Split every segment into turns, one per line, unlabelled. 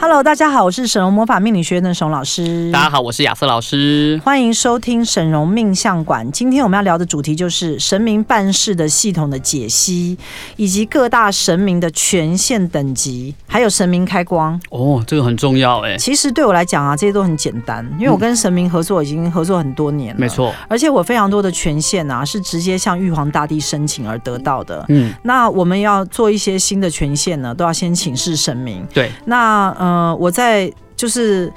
Hello，大家好，我是沈荣魔法命理学院的沈荣老师。
大家好，我是亚瑟老师。
欢迎收听沈荣命相馆。今天我们要聊的主题就是神明办事的系统的解析，以及各大神明的权限等级，还有神明开光。
哦，这个很重要哎，
其实对我来讲啊，这些都很简单，因为我跟神明合作已经合作很多年了。
没。错，
而且我非常多的权限啊，是直接向玉皇大帝申请而得到的。
嗯，
那我们要做一些新的权限呢，都要先请示神明。
对，
那呃，我在就是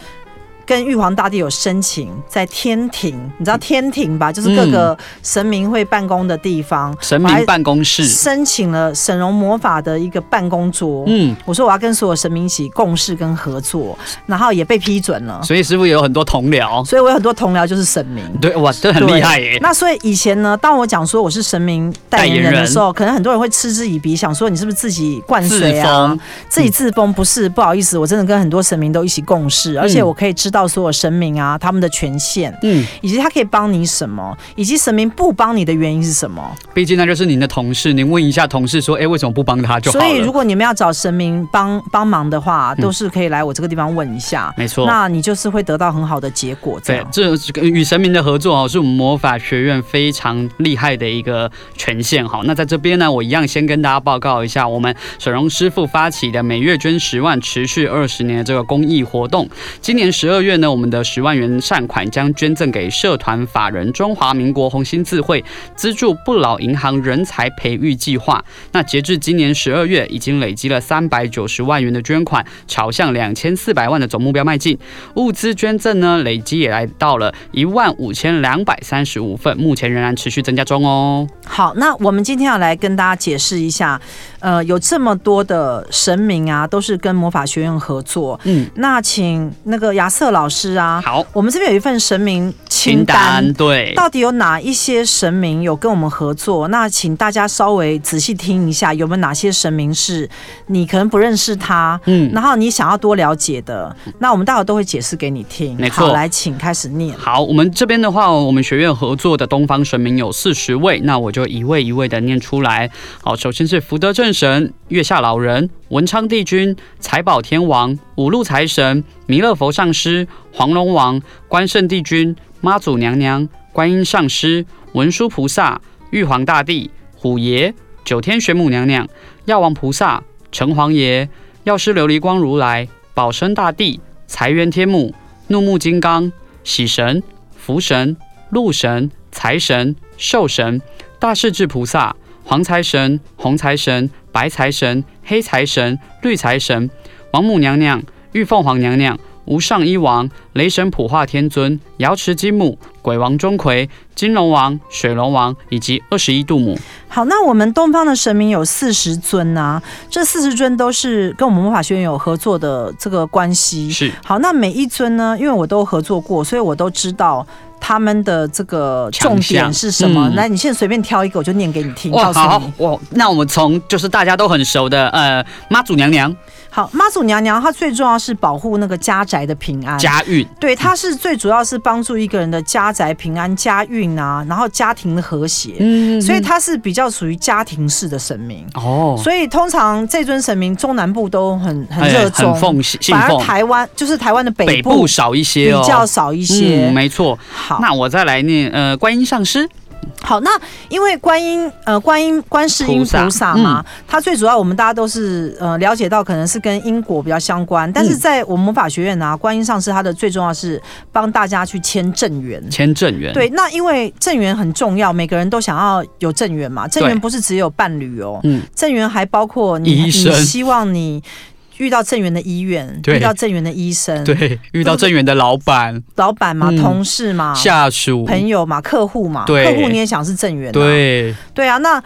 跟玉皇大帝有申请，在天庭，你
嗯
知道天庭吧？就是各个神明会办公的地方，
神
我还
明办公室，
申请了神容魔法的一个办公桌。
嗯，
我说我要跟所有神明一起共事跟合作，然后也被批准了，
所以师傅也有很多同僚，
所以我有很多同僚就是神明。
对，哇，这很
对
厉害欸耶，
那所以以前呢，当我讲说我是神明代言人
代言
的
人
时候，可能很多人会嗤之以鼻，想说你是不是自己灌
自
水啊？
封，
自己自封不是，不好意思，我真的跟很多神明都一起共事，而且我可以知道所有神明啊他们的权限，
嗯，
以及他可以帮你什么，以及神明不帮你的原因是什么。
毕竟那就是您的同事，您问一下同事说，哎，为什么不帮他就好
所以如
了。
果你们要找神明帮帮忙的话，
嗯
都是可以来我这个地方问一下，
没错，
那你就是会得到很好的结果。这
对
样，
这这个与神明的合作哦，是我们魔法学院非常厉害的一个权限哈。那在这边呢，我一样先跟大家报告一下，我们沈荣师傅发起的每月捐十万、持续二十年的这个公益活动。今年十二月呢，我们的十万元善款将捐赠给社团法人中华民国红星自会，资助不老银行人才培育计划。那截至今年十二月，已经累积了三百九十万元的捐款，朝向两千四百万的总目标迈进。物资捐赠呢，累积也来到了一万五千两百三十五份，目前仍然持续增加中哦。
好，那我们今天要来跟大家解释一下，呃，有这么多的神明啊，都是跟魔法学院合作。
嗯，
那请那个亚瑟老师啊，
好，
我们这边有一份神明清单，
对，
到底有哪一些神明有跟我们合作？那请大家稍微仔细听一下，有没有哪些神明是你可能不认识他，
嗯。
然后你想要多了解的？那我们待会都会解释给你听。
没错
好来，请开始念。
好，我们这边的话，我们学院合作的东方神明有四十位，那我就一位一位的念出来。好，首先是福德正神、月下老人、文昌帝君、财宝天王、五路财神、弥勒佛上师、黄龙王、关圣帝君、妈祖娘娘、观音上师、文殊菩萨、玉皇大帝、虎爷、九天玄母娘娘、药王菩萨、城隍爷、药师琉璃光如来、保生大帝、财源天母、怒目金刚、喜神、福神、禄神、财神、寿神、大势至菩萨、黄财神、红财神、白财神、黑财神、绿财神、王母娘娘、玉凤凰娘娘、无上一王、雷神普化天尊、瑶池金母、鬼王钟馗、金龙王、水龙王以及二十一度母。
好，那我们东方的神明有四十尊啊，这四十尊都是跟我们魔法学院有合作的这个关系。
是
好，那每一尊呢，因为我都合作过，所以我都知道他们的这个重点是什么
强。项嗯
来，你现在随便挑一个，我就念给你听，告
哇，
诉
好
你。
哇，那我们从就是大家都很熟的呃妈祖娘娘
好，妈祖娘娘她最重要是保护那个家宅的平安。
家运，
对，她是最主要是帮助一个人的家宅平安、家运啊，然后家庭的和谐。
嗯
所以她是比较属于家庭式的神明。
哦，
所以通常这尊神明中南部都很很
哎
热衷，
很奉信信
反而
奉，
台湾就是台湾的
北
北
部
部
少一些
比
哦，
较少一些。
嗯，没错。
好，
那我再来念，呃，观音上师，
好，那因为观音呃，观音观世音
菩萨嗯
菩萨嘛，它最主要我们大家都是呃了解到，可能是跟因果比较相关。但是
嗯
在我们魔法学院啊，观音上师它的最重要是帮大家去签正缘。
签正缘，
嗯对，那因为正缘很重要，每个人都想要有正缘嘛。正缘
对
不是只有伴侣哦，
嗯，
正缘还包括你，
医
你
生
希望你遇到正缘的医院，
对
遇到正缘的医生，
对，遇到正缘的老板、
老板嘛，
嗯
同事嘛，
下属，
朋友嘛，客户嘛，
对
客户你也想是正缘、啊，
对，
对啊，那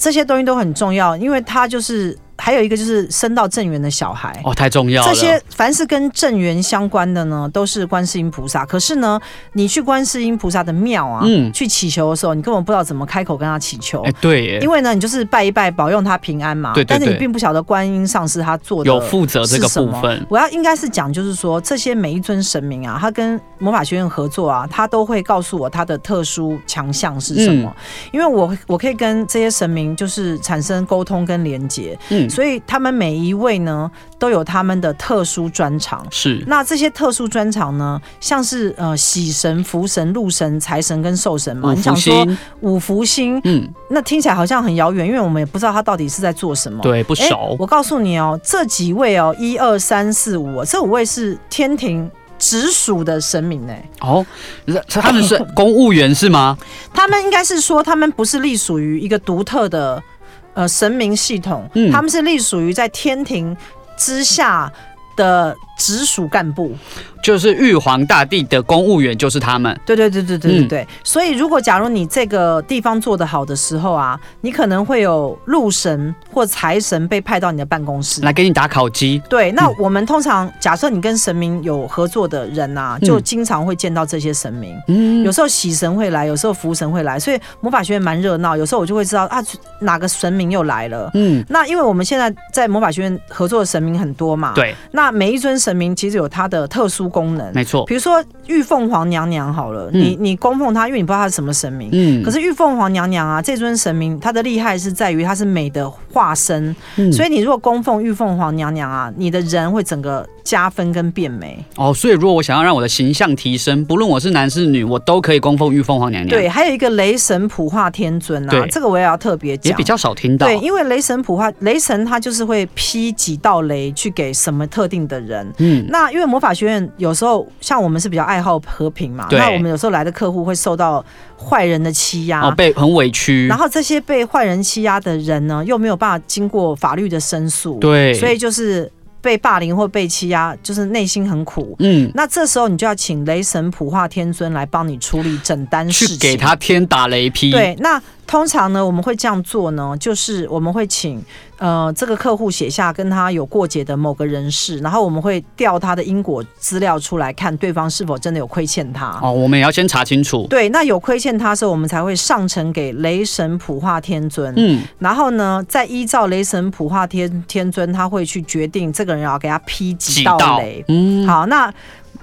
这些东西都很重要，因为它就是还有一个就是生到正缘的小孩。
哦，太重要了。
这些凡是跟正缘相关的呢，都是观世音菩萨。可是呢，你去观世音菩萨的庙啊，
嗯
去祈求的时候，你根本不知道怎么开口跟他祈求，
哎，对耶
因，为呢，你就是拜一拜，保佑他平安嘛。
对对
但是你
对
并不晓得观音上师他做的
有负责这个
是什
部
么
分。
我要应该是讲，就是说这些每一尊神明啊，他跟魔法学院合作啊，他都会告诉我他的特殊强项是什
嗯
么，因为我我可以跟这些神明就是产生沟通跟连接，
嗯，
所以他们每一位呢都有他们的特殊专长。
是
那这些特殊专长呢，像是呃喜神、福神、禄神、财神跟寿神嘛。
五
你
福
想说
星，
五福星，
嗯，
那听起来好像很遥远，因为我们也不知道他到底是在做什么。
对，不
哎，
熟，
我告诉你哦，这几位哦，一二三四五哦，这五位是天庭直属的神明哎，
哦，是 他们是公务员是吗？
他们应该是说他们不是隶属于一个独特的呃神明系统，
嗯
他们是隶属于在天庭之下的直属干部。
就是玉皇大帝的公务员就是他们，
对对对对对对
嗯
对。所以，如果假如你这个地方做得好的时候啊，你可能会有禄神或财神被派到你的办公室
来给你打烤鸡。
对，那我们通常假设你跟神明有合作的人啊，
嗯
就经常会见到这些神明。
嗯
有时候喜神会来，有时候福神会来，所以魔法学院蛮热闹。有时候我就会知道啊，哪个神明又来了。
嗯，
那因为我们现在在魔法学院合作的神明很多嘛，。
对，
那每一尊神明其实有它的特殊功能，
没错。
比如说玉凤凰娘娘好了，你你供奉她，因为你不知道她是什么神明。
嗯，
可是玉凤凰娘娘啊，这尊神明，她的厉害是在于她是美的化身，
是
所
以
以你如果供奉玉凤凰娘娘啊，你的人会整个加分跟变美。
哦，所以如果我想要让我的形象提升，不论我是男是女，我都可以供奉玉凤凰娘娘。
对，，还有一个雷神普化天尊啊
嗯对，
这个我也要特别
也
讲
比。较少听到。
对，因为雷神普化雷神他就是会劈几道雷去给什么特定的人。
嗯，
那因为魔法学院有时候像我们是比较爱好和平嘛，
对
那我们有时候来的客户会受到坏人的欺压。
哦，被很委屈。
啊然后这些被坏人欺压的人呢，又没有办法经过法律的申诉，，
对，
所以就是被霸凌或被欺压，就是内心很苦。
嗯，
那这时候你就要请雷神普化天尊来帮你处理整单事
去
情。
给他天打雷劈。，
嗯对，那通常呢，我们会这样做呢，就是我们会请呃这个客户写下跟他有过节的某个人士，然后我们会调他的因果资料出来，看对方是否真的有亏欠他。
哦，我们也要先查清楚。
对，那有亏欠他的时候，我们才会上呈给雷神普化天尊。
嗯，
然后呢，再依照雷神普化天天尊，他会去决定这个人要给他劈几
几
道
道
雷。，
嗯，
好，那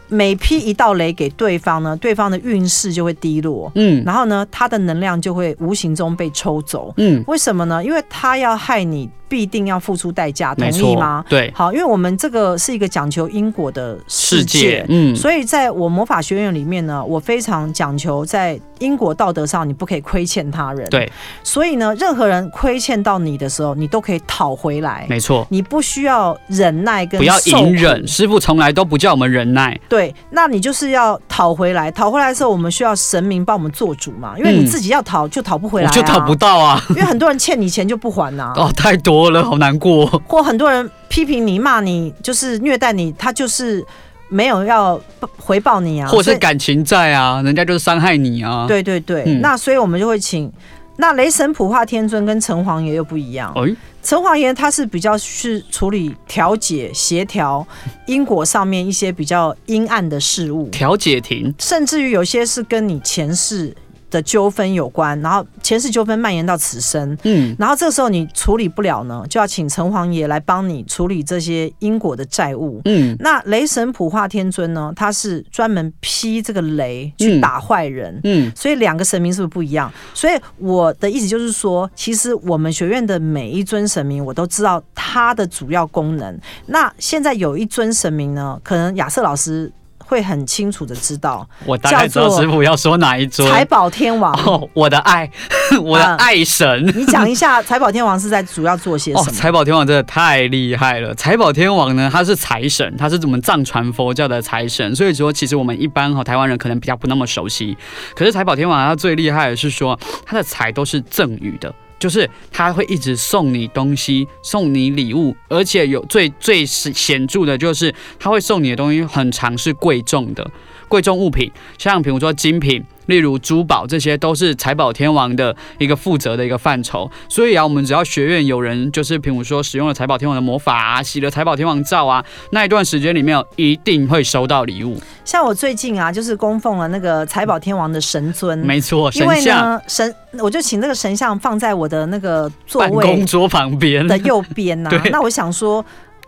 每劈一道雷给对方呢，对方的运势就会低落，
嗯
然后呢，他的能量就会无形中被抽走。
嗯，
为什么呢？因为他要害你，必定要付出代价，同
没
意
错
吗？？
对，
好，因为我们这个是一个讲求因果的世
世
界
界，。嗯，
所以在我魔法学院里面呢，我非常讲求在因果道德上，你不可以亏欠他人。
对，
所以呢，任何人亏欠到你的时候，你都可以讨回来，
没错，
你不需要忍耐跟
不要
受苦
隐忍。师傅从来都不叫我们忍耐。
对，那你就是要讨回来，讨回来的时候，我们需要神明帮我们做主嘛，因为
嗯
你自己要讨就讨不回
我
来、啊，
就讨不， 到啊！
因为很多人欠你钱就不还呐、
哦，太多了，好难过。
或很多人批评你、骂你，就是虐待你，他就是没有要回报你啊，
或
所
是
以
感情债啊，人家就是伤害你啊。，
对对对，
嗯
那所以我们就会请。那雷神普化天尊跟城隍爷又不一样，
哎，
城隍爷他是比较是处理调解、协调因果上面一些比较阴暗的事物，
调解庭，
甚至于有些是跟你前世的纠纷有关，然后前世纠纷蔓延到此生，
嗯，
然后这时候你处理不了呢，就要请城隍爷来帮你处理这些因果的债务。
嗯，
那雷神普化天尊呢，他是专门劈这个雷去
嗯
打坏人，
嗯，
所以两个神明是不是不一样？所以我的意思就是说，其实我们学院的每一尊神明，我都知道它的主要功能。那现在有一尊神明呢，可能亚瑟老师会很清楚的知道，
我大概知
叫
道
做
师傅要说哪一桌。
财宝嗯天王。
哦，我的爱， 我的爱神。
你讲一下财宝天王是在主要做些
哦，
什么？
财宝天王真的太厉害了！财宝天王呢，他是财神，他是我们藏传佛教的财神，所以说其实我们一般哈、台湾人可能比较不那么熟悉。可是财宝天王他最厉害的是说，他的财都是赠予的。就是他会一直送你东西，送你礼物，而且有最最显显著的就是他会送你的东西，很常是贵重的。贵重物品，像比如说精品。例如珠宝，这些都是财宝天王的一个负责的一个范畴。所以啊，我们只要学院有人就是，比如说使用了财宝天王的魔法啊，洗了财宝天王照啊，那一段时间里面一定会收到礼物。
像我最近啊，就是供奉了那个财宝天王的神尊，
没错，
嗯因
神
为
像
呢，神我就请这个神像放在我的那个座
办
位
公桌旁边
的右边呐、
对
那我想说，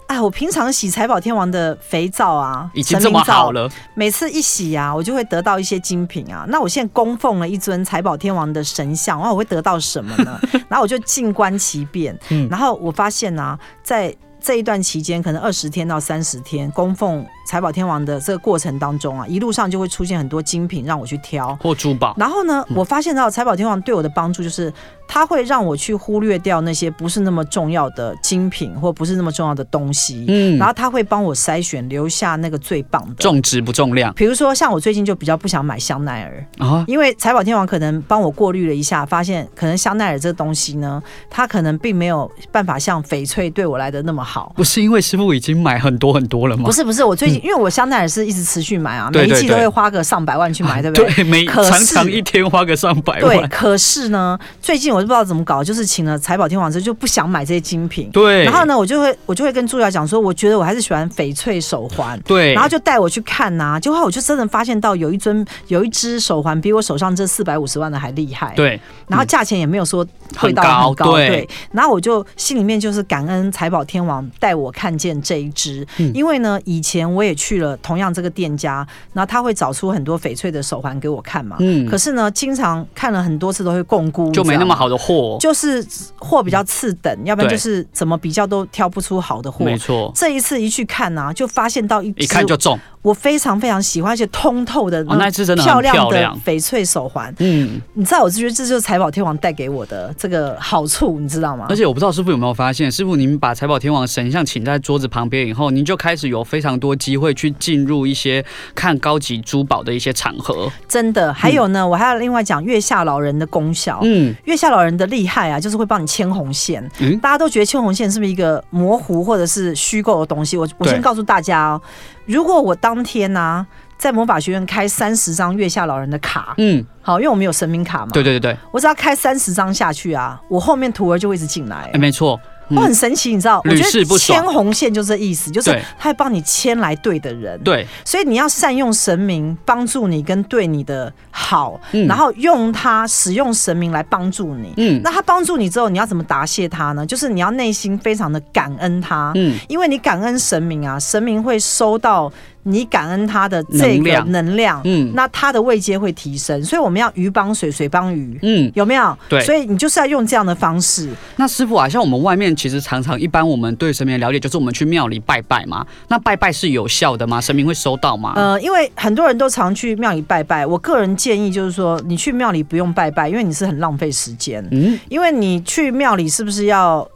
哎，我平常洗财宝天王的肥皂啊，
已经这么好
了，
了，
每次一洗啊，我就会得到一些精品啊。那我现在供奉了一尊财宝天王的神像，那我会得到什么 呢？然后我就静观其变，
嗯
然后我发现啊，在这一段期间，可能二十天到三十天，供奉财宝天王的这个过程当中啊，一路上就会出现很多精品让我去挑。
或珠宝。
然后
嗯
呢，我发现到财宝天王对我的帮助就是，它会让我去忽略掉那些不是那么重要的精品或不是那么重要的东西，
嗯，
然后他会帮我筛选，留下那个最棒的。
重质不重量
比如说，像我最近就比较不想买香奈儿，
啊，
因为财宝天王可能帮我过滤了一下，发现可能香奈儿这个东西呢，它可能并没有办法像翡翠对我来的那么好。
不是因为师傅已经买很多很多了吗？
不是不是，我最近、因为我香奈儿是一直持续买啊，
嗯对对
每一季都
对
会花个上百万去买，对不对？
对，每
可是
常常一天花个上百
对，
万，
可是呢，最近我就不知道怎么搞，就是请了财宝天王之后就不想买这些精品。
对，
然后？呢，我就会我就会跟朱瑶讲说，我觉得我还是喜欢翡翠手环。
对，
然后就带我去看呐、结果后来我就真的发现到有一尊有一只手环比我手上这四百五十万的还厉害。。
对，
然后价钱哎也没有说贵
很
到很高，
对，
然后我就心里面就是感恩财宝天王带我看见这一只，
嗯
因为呢，以前我也去了同样这个店家，然后他会找出很多翡翠的手环给我看嘛，
嗯，
可是呢，经常看了很多次都会共估，
就没那么
你
好的货，
知道吗，就是货比较次等，要不然就
对
是怎么比较都挑不出好的货。
没错，
这一次一去看啊，就发现到一只
一看就中。
我非常非常喜欢，而且通透的
哦，那
那种
一只真的
漂
很
亮
漂
的
亮。
翡翠手环。
嗯，
你知道，我就觉得这就是财宝天王带给我的这个好处，你知道吗？
而且我不知道师傅有没有发现，师傅您把财宝天王神像请在桌子旁边以后，您就开始有非常多机会去进入一些看高级珠宝的一些场合。
真的，还有呢，我还要另外讲月下老人的功效。
嗯，
月下老人的厉害啊，就是会帮你牵红线。
嗯
大家都觉得牵红线是不是一个模糊或者是虚构的东西？我我
对
先告诉大家哦，如果我当天呢、在魔法学院开三十张月下老人的卡，
嗯，
好，因为我们有神明卡嘛，
对对对对，
我只要开三十张下去啊，我后面徒儿就会一直进来
哎，。没错，嗯
我很神奇，你知道？我
屡
觉
试不
得
爽
牵红线就这意思，就是
对
他会帮你牵来对的人。
对，
所以你要善用神明帮助你跟对你的好，
嗯
然后用它使用神明来帮助你。
嗯
那他帮助你之后，你要怎么答谢他呢？就是你要内心非常的感恩他，
嗯，
因为你感恩神明啊，神明会收到你感恩他的这
能
个
量
能量，
嗯
那他的位阶会提升。所以我们要鱼帮水，水帮鱼。
嗯，
有没有？
对
所以你就是要用这样的方式。
那师傅啊，像我们外面其实常常一般我们对神明的了解就是我们去庙里拜拜嘛，那拜拜是有效的吗？神明会收到吗？
呃，因为很多人都常去庙里拜拜，我个人建议就是说，你去庙里不用拜拜，因为你是很浪费时间。
嗯，
因为你去庙里是不是要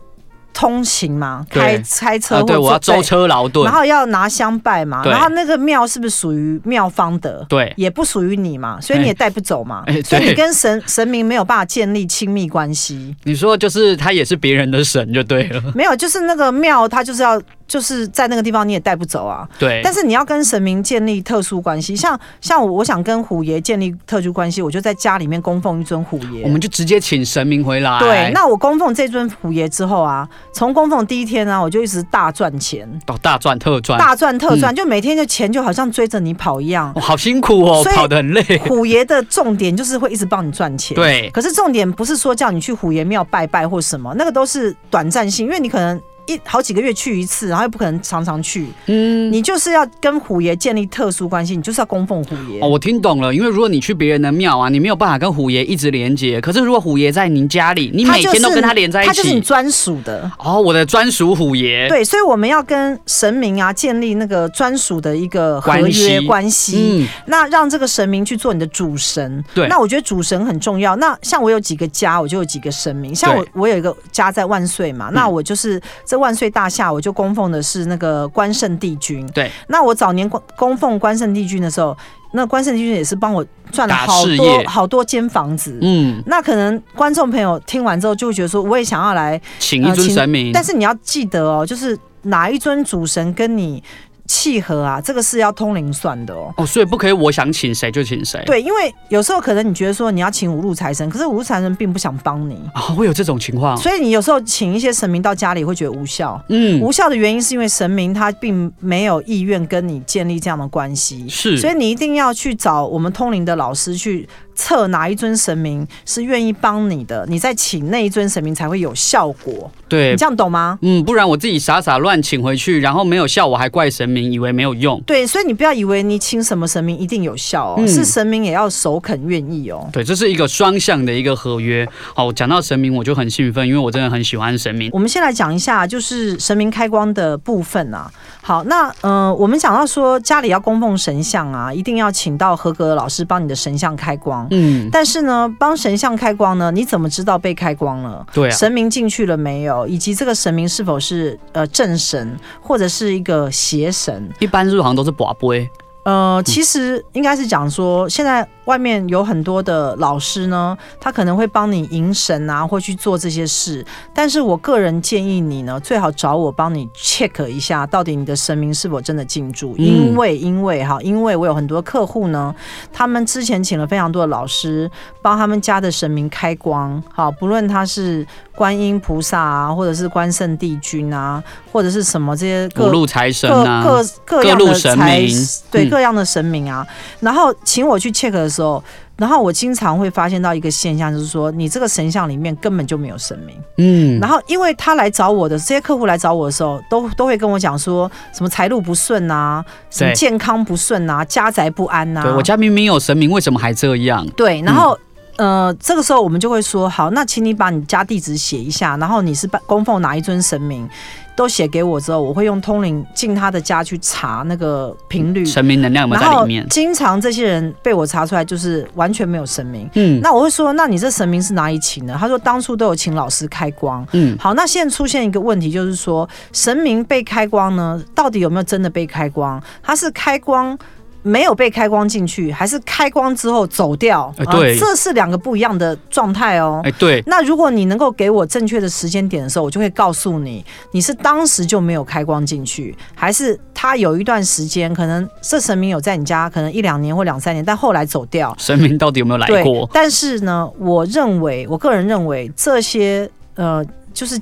通勤嘛？
对
开开车
啊，
或
对，
者
我要舟车劳顿
然，后要拿香拜嘛。
对
然后那个庙是不是属于庙方的？
对，
也不属于你嘛，所以你也带不走嘛，
哎哎
所以
对
你跟神神明没有办法建立亲密关系。
你说就是他也是别人的神就对了，
没有，就是那个庙，它就是要就是在那个地方你也带不走啊。
对，
但是你要跟神明建立特殊关系，像像我，我想跟虎爷建立特殊关系，我就在家里面供奉一尊虎爷。
我们就直接请神明回来，
对，那我供奉这尊虎爷之后啊，从供奉第一天呢、啊我就一直大赚钱，
哦大赚特赚，
大赚特
嗯
赚，就每天就钱就好像追着你跑一样。
哦好辛苦哦，
所以
跑得很累，
虎爷的重点就是会一直帮你赚钱。。
对，
可是重点不是说叫你去虎爷庙拜拜或什么，那个都是短暂性，因为你可能一好几个月去一次，然后又不可能常常去。
嗯。
你就是要跟虎爷建立特殊关系，你就是要供奉虎爷。
哦，我听懂了，因为如果你去别人的庙啊，你没有办法跟虎爷一直连接。可是如果虎爷在您家里，你
他
每
就
天都
是
跟他连在一
他就是你
起。哎
专属的。
哦，我的专属虎爷。
对，所以我们要跟神明啊建立那个专属的一个合
关系
约关系，
嗯，
那让这个神明去做你的主神。
对
那我觉得主神很重要。那像我有几个家，我就有几个神明。像我
对，嗯
我有一个家在万岁嘛，那我就是在万岁大厦，我就供奉的是那个关圣帝君。
对，
那我早年供供奉关圣帝君的时候，那关圣帝君也是帮我赚了
打
好
事
多
业
好多间房子。
嗯，
那可能观众朋友听完之后就会觉得说，我也想要来
请一
呃
尊
请
神明，
但是你要记得哦，就是哪一尊主神跟你契合啊，这个是要通灵算的哦。
哦，所以不可以我想请谁就请谁。
对，因为有时候可能你觉得说你要请五路财神，可是五路财神并不想帮你，
啊，会有这种情况。
所以你有时候请一些神明到家里会觉得无效。
嗯，
无效的原因是因为神明他并没有意愿跟你建立这样的关系，
是
所以你一定要去找我们通灵的老师去测哪一尊神明是愿意帮你的，你再请那一尊神明才会有效果。
对
你这，样懂吗？
嗯，不然我自己傻傻乱请回去，然后没有效，我还怪神明，以为没有用。
对，所以你不要以为你请什么神明一定有效哦，
嗯
是神明也要首肯愿意哦。
对，这是一个双向的一个合约。好，讲到神明，我就很兴奋，因为我真的很喜欢神明。
我们先来讲一下，就是神明开光的部分啊。好，那呃，我们讲到说家里要供奉神像啊，一定要请到合格的老师帮你的神像开光。
嗯，
但是呢，帮神像开光呢，你怎么知道被开光了？
对啊，
神明进去了没有？以及这个神明是否是呃正神或者是一个邪神？
一般是不是好像都是寡杯？
呃，其实应该是讲说，现在外面有很多的老师呢，他可能会帮你迎神啊，或去做这些事。但是我个人建议你呢，最好找我帮你 check 一下，到底你的神明是否真的进驻。
嗯
因为，因为哈，因为我有很多客户呢，他们之前请了非常多的老师帮他们家的神明开光，好，不论他是观音菩萨啊，或者是关圣帝君啊，或者是什么这些
五
各
路财神
各
啊，
各各样
各路
的
神
财
明
对
嗯
各样的神明啊。然后请我去 check 的时候，然后我经常会发现到一个现象，就是说你这个神像里面根本就没有神明。
嗯，
然后因为他来找我的这些客户来找我的时候，都都会跟我讲说什么财路不顺啊，什么
对
健康不顺啊，家宅不安呐、
对我家明明有神明，为什么还这样？
对，然后。呃，这个时候我们就会说，好，那请你把你家地址写一下，然后你是拜供奉哪一尊神明，都写给我之后，我会用通灵进他的家去查那个频率，
神明能量有没有
然
在
后
里面？
经常这些人被我查出来就是完全没有神明。
嗯
那我会说，那你这神明是哪里请的？他说当初都有请老师开光。
嗯，
好，那现在出现一个问题，就是说神明被开光呢，到底有没有真的被开光？他是开光没有被开光进去，还是开光之后走掉？啊
哎对
这是两个不一样的状态哦。
哎，对，
那如果你能够给我正确的时间点的时候，我就会告诉你，你是当时就没有开光进去，还是他有一段时间，可能这神明有在你家，可能一两年或两三年，但后来走掉。
神明到底有没有来
对
过，？
但是呢，我认为，我个人认为这些呃，就是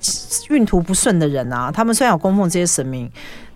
运途不顺的人啊，他们虽然有供奉这些神明。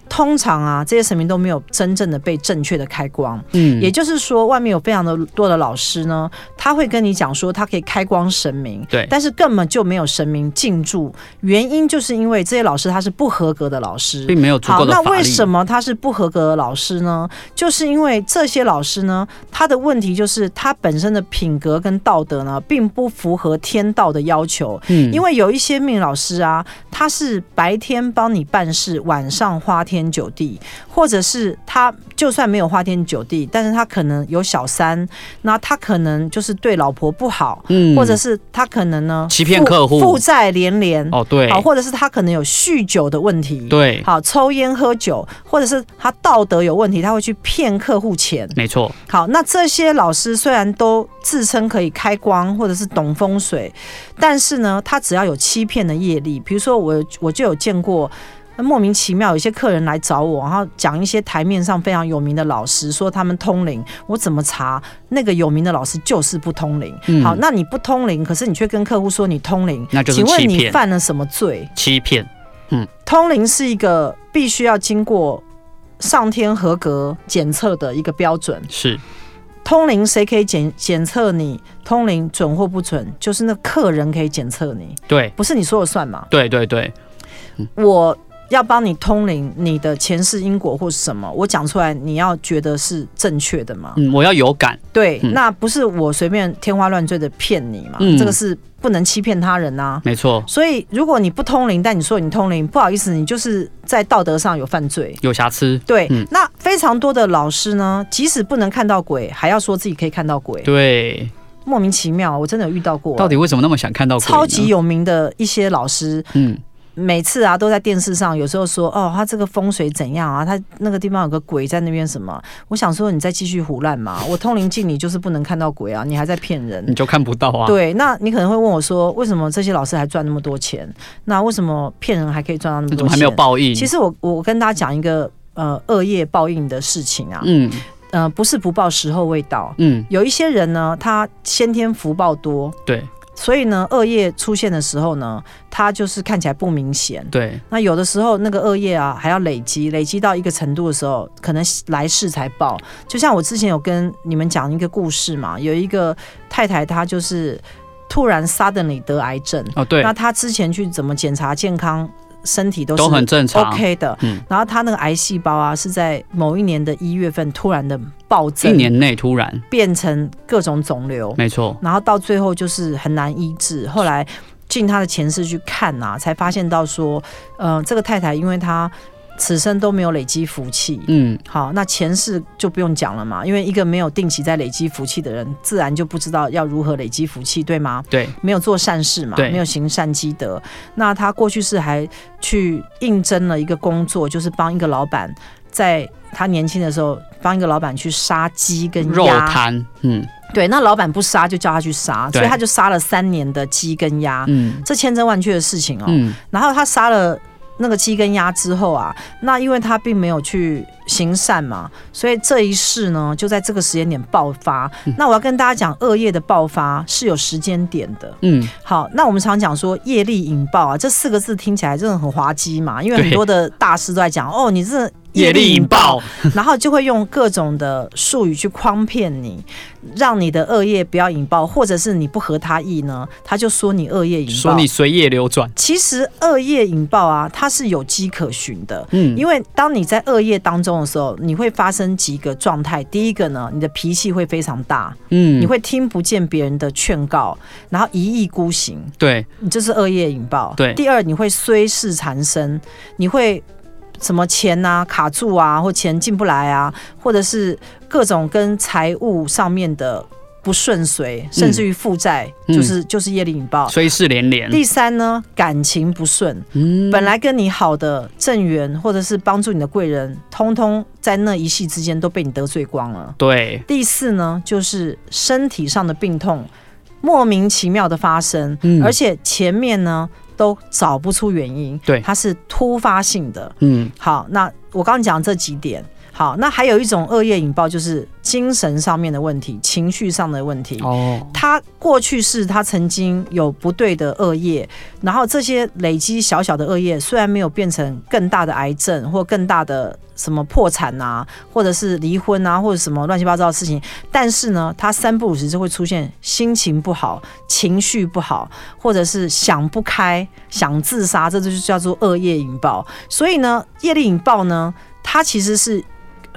通常啊，这些神明都没有真正的被正确的开光，
嗯，
也就是说，外面有非常的多的老师呢，他会跟你讲说他可以开光神明，
对
但是根本就没有神明进驻，原因就是因为这些老师他是不合格的老师。
并没有足
好，
够的
那
法力。
为什么他是不合格的老师呢？就是因为这些老师呢，他的问题就是他本身的品格跟道德呢，并不符合天道的要求。
嗯
因为有一些命理老师啊，他是白天帮你办事，晚上花天酒地，或者是他就算没有花天酒地，但是他可能有小三，那他可能就是对老婆不好，
嗯
或者是他可能呢
欺骗
负
客户
负债连连，
哦，对，
好，或者是他可能有酗酒的问题，
对，
好，抽烟喝酒，或者是他道德有问题，他会去骗客户钱。
没错，
好，那这些老师虽然都自称可以开光或者是懂风水，但是呢，他只要有欺骗的业力，比如说我我就有见过。那莫名其妙，有一些客人来找我，然后讲一些台面上非常有名的老师，说他们通灵。我怎么查？那个有名的老师就是不通灵。
嗯
好，那你不通灵，可是你却跟客户说你通灵，
那就是
请问
欺
你
骗
犯了什么罪？
欺骗，
通灵是一个必须要经过上天合格检测的一个标准。
是
通灵谁可以检检测你通灵准或不准？就是那客人可以检测你，
对，
不是你说了算嘛？
对对对，嗯
我要帮你通灵，你的前世因果或是什么，我讲出来，你要觉得是正确的嘛？
嗯，我要有感，
对，
嗯
那不是我随便天花乱坠的骗你嘛？
嗯
这个是不能欺骗他人啊。
没错，
所以，如果你不通灵，但你说你通灵，不好意思，你就是在道德上有犯罪。
有瑕疵，
对，
嗯
那非常多的老师呢，即使不能看到鬼，还要说自己可以看到鬼，
对，
莫名其妙，我真的有遇到过。
到底为什么那么想看到鬼呢
超级有名的一些老师，
嗯，
每次啊都在电视上，有时候说哦，他这个风水怎样啊，他那个地方有个鬼在那边什么，我想说你再继续胡乱嘛，我通灵镜你就是不能看到鬼啊，你还在骗人
你。就看不到啊，
对，那你可能会问我说，为什么这些老师还赚那么多钱？那为什么骗人还可以赚到那么
那
多钱？
怎么还没有报应？
其实我我跟大家讲一个呃恶业报应的事情啊，
嗯
呃，不是不报时候未到。
嗯，
有一些人呢，他先天福报多，
对
所以呢，恶业出现的时候呢，他就是看起来不明显。
对，
那有的时候那个恶业啊，还要累积，累积到一个程度的时候，可能来世才报。就像我之前有跟你们讲一个故事嘛，有一个太太她就是突然 suddenly 得癌症，
哦对
那，她之前去怎么检查健康，身体都是
都很正常
OK 的，
嗯
然后她那个癌细胞啊是在某一年的一月份突然的暴
一
增，
年内突然，
变成各种肿瘤，
没错，
然后到最后就是很难医治。后来进他的前世去看啊，才发现到说，呃，这个太太因为她此生都没有累积福气。
嗯，
好，那前世就不用讲了嘛，因为一个没有定期在累积福气的人，自然就不知道要如何累积福气，对吗？
对，
没有做善事嘛，
对
没有行善积德。那他过去是还去应征了一个工作，就是帮一个老板，在他年轻的时候帮一个老板去杀鸡跟
肉
鸭，
摊，嗯
对，那老板不杀就叫他去杀，
对
所以他就杀了三年的鸡跟鸭，
嗯
这千真万确的事情哦。
嗯，
然后他杀了那个鸡跟鸭之后啊，那因为他并没有去行善嘛，所以这一世呢就在这个时间点爆发。
嗯
那我要跟大家讲，恶业的爆发是有时间点的。
嗯，
好，那我们常讲说业力引爆啊，这四个字听起来真的很滑稽嘛，因为很
对
多的大师都在讲哦，你这
业力引爆，
然后就会用各种的术语去诓骗你，让你的恶业不要引爆，或者是你不合他意呢，他就说你恶业引
说
爆
你。随业流转，
其实恶业引爆啊，它是有迹可循的。
嗯，
因为当你在恶业当中的时候，你会发生几个状态。第一个呢，你的脾气会非常大，
嗯，
你会听不见别人的劝告，然后一意孤行，
对
你就是恶业引爆。
对
第二你会虽事缠身，你会什么钱呐、卡住啊，或钱进不来啊，或者是各种跟财务上面的不顺遂，甚至于负债，
嗯
就是就是业力引爆。
虽事连连，
第三呢，感情不顺，
嗯
本来跟你好的正缘或者是帮助你的贵人，通通在那一夕之间都被你得罪光了。
对，
第四呢，就是身体上的病痛莫名其妙的发生，
嗯
而且前面呢都找不出原因，
对
它是突发性的。
嗯，
好，那我刚刚讲这几点。好，那还有一种恶业引爆，就是精神上面的问题、情绪上的问题。
哦，
他过去是他曾经有不对的恶业，然后这些累积小小的恶业，虽然没有变成更大的癌症或更大的什么破产啊，或者是离婚啊，或者什么乱七八糟的事情，但是呢，他三不五时就会出现心情不好、情绪不好，或者是想不开、想自杀，这就是叫做恶业引爆。所以呢，业力引爆呢，它其实是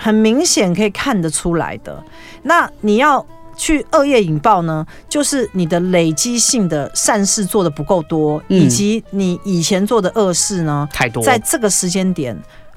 很明显可以看得出来的。那你要去恶业引爆呢，就是你的累积性的善事做的不够多，
嗯
以及你以前做的恶事呢，
太多，
在这个时间点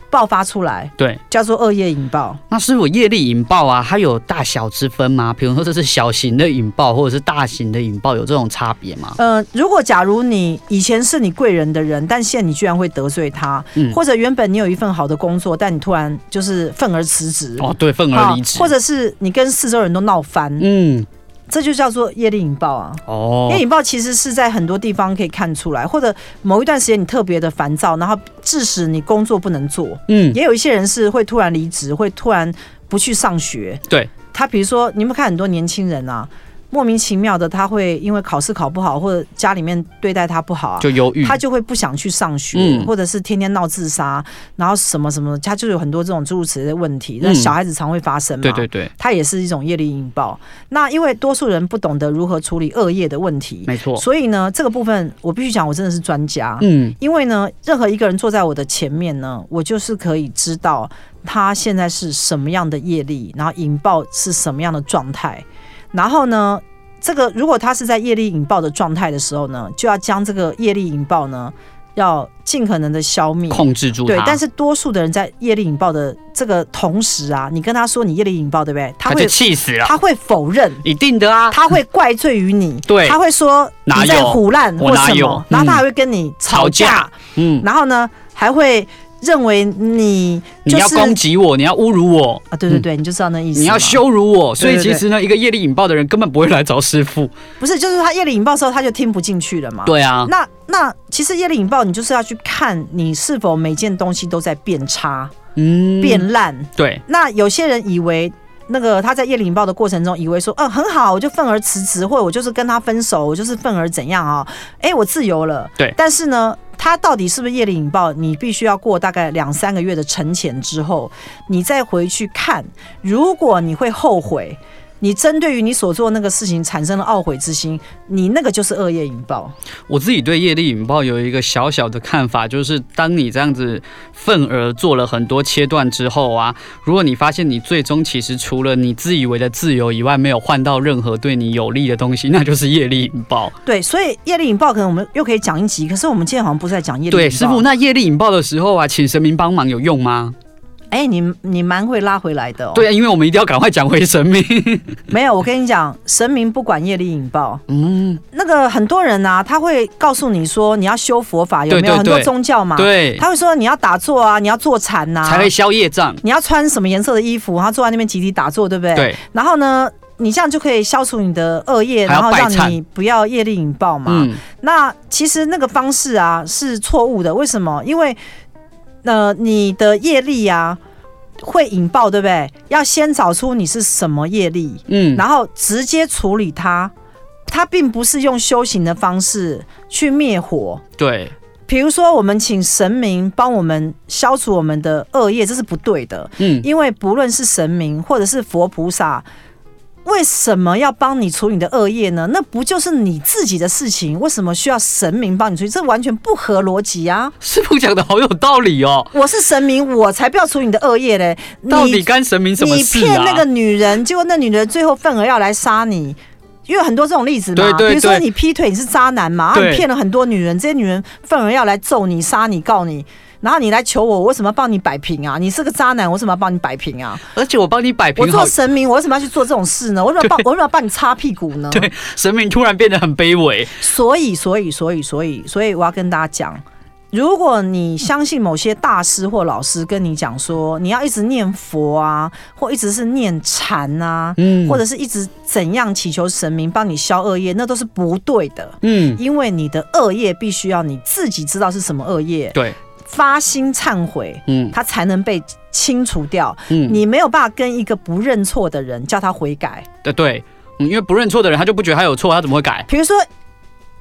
爆发出来，
对，
叫做恶业引爆。
那师傅业力引爆啊，它有大小之分吗？比如说这是小型的引爆，或者是大型的引爆，有这种差别吗？
呃，如果假如你以前是你贵人的人，但现在你居然会得罪他，
嗯
或者原本你有一份好的工作，但你突然就是愤而辞职。
哦，对，愤而离职，
或者是你跟四周人都闹翻，
嗯，
这就叫做业力引爆啊。
哦
因为，引爆其实是在很多地方可以看出来，或者某一段时间你特别的烦躁，然后致使你工作不能做。
嗯，
也有一些人是会突然离职，会突然不去上学。
对，
他比如说，你有没有看很多年轻人啊，莫名其妙的他会因为考试考不好，或者家里面对待他不好啊，
就忧郁，
他就会不想去上学，
嗯
或者是天天闹自杀，然后什么什么，他就有很多这种诸如此类的问题。
嗯
那小孩子常会发生嘛，
对对对，
它也是一种业力引爆。那因为多数人不懂得如何处理恶业的问题，
没错，
所以呢，这个部分我必须讲，我真的是专家。
嗯，
因为呢，任何一个人坐在我的前面呢，我就是可以知道他现在是什么样的业力，然后引爆是什么样的状态。然后呢，这个如果他是在业力引爆的状态的时候呢，就要将这个业力引爆呢，要尽可能的消灭。
控制住它，
对，但是多数的人在业力引爆的这个同时啊，你跟他说你业力引爆，对不对？他
他
会
就气死了，
他会否认，
一定的啊，
他会怪罪于你，
对
他会说
哪
你在
有
胡乱
我
或
哪
什
有
么，然后他
嗯
还会跟你
吵
吵
架
架，
嗯，
然后呢还会认为你
你
就
要
是
攻击我，你要侮辱我。
啊，对对对，你就知道那意思嘛。
你要羞辱我，所以
对对
其
对
实呢，一个业力引爆的人根本不会来找师傅。
不是，就是他夜里引爆的时候他就听不进去了嘛。
对啊，
那那其实夜里引爆，你就是要去看你是否每件东西都在变差。
嗯
变烂。
对，
那有些人以为。那个他在夜里引爆的过程中，以为说，嗯、很好，我就愤而辞职，或者我就是跟他分手，我就是愤而怎样啊、哎、我自由了。
对
但是呢，他到底是不是夜里引爆？你必须要过大概两三个月的沉潜之后，你再回去看，如果你会后悔，你针对于你所做那个事情产生了懊悔之心，你那个就是恶业引爆。
我自己对业力引爆有一个小小的看法，就是当你这样子愤而做了很多切断之后啊，如果你发现你最终其实除了你自以为的自由以外，没有换到任何对你有利的东西，那就是业力引 爆。
对，所以业力引爆可能我们又可以讲一集，可是我们今天好像不是在讲业力引爆。
对，师傅，那业力引爆的时候啊，请神明帮忙有用吗？
哎，你你蛮会拉回来的哦。，
对，因为我们一定要赶快讲回 神明。
没有，我跟你讲，神明不管业力引爆，
嗯，
那个很多人啊，他会告诉你说你要修佛法，有没有？
对对
很多
对
宗教嘛，
对，
他会说你要打坐啊，你要坐禅呐、
才会消业障。
你要穿什么颜色的衣服，然后坐在那边集体打坐，对不对？。
对，
然后呢，你这样就可以消除你的恶业，
还要
然后
拜
让
忏
你不要业力引爆嘛。
嗯，
那其实那个方式啊是错误的，为什么？因为呃，你的业力啊会引爆，对不对？要先找出你是什么业力，
嗯，
然后直接处理它。它并不是用修行的方式去灭火。
对，
比如说，我们请神明帮我们消除我们的恶业，这是不对的。
嗯，
因为不论是神明或者是佛菩萨，为什么要帮你处理你的恶业呢？那不就是你自己的事情？为什么需要神明帮你处理？这完全不合逻辑啊！
师傅讲的好有道理哦。
我是神明，我才不要处理你的恶业嘞！你
到底干神明什么
你
事
骗
啊？
那个女人，结果那女人最后愤而要来杀你。因为很多这种例子嘛，
对对
比如说
对
你劈腿，你是渣男嘛，然后
对
你骗了很多女人，这些女人愤而要来揍你、杀你、告你，然后你来求我，我为什么要帮你摆平啊？你是个渣男，我为什么要帮你摆平啊？
而且我帮你摆
我
平好
做，神明，我为什么要去做这种事呢？我为什么要帮我为什么要帮你擦屁股呢？
对，神明突然变得很卑微。
所以，所以，所以，所以，所以，我要跟大家讲，如果你相信某些大师或老师跟你讲说，你要一直念佛啊，或一直是念禅啊，
嗯
或者是一直怎样祈求神明帮你消恶业，那都是不对的。
嗯，
因为你的恶业必须要你自己知道是什么恶业，
对，
发心忏悔，
嗯
它才能被清除掉。
嗯，
你没有办法跟一个不认错的人叫他悔改。
对对，嗯，因为不认错的人他就不觉得他有错，他怎么会改？
比如说，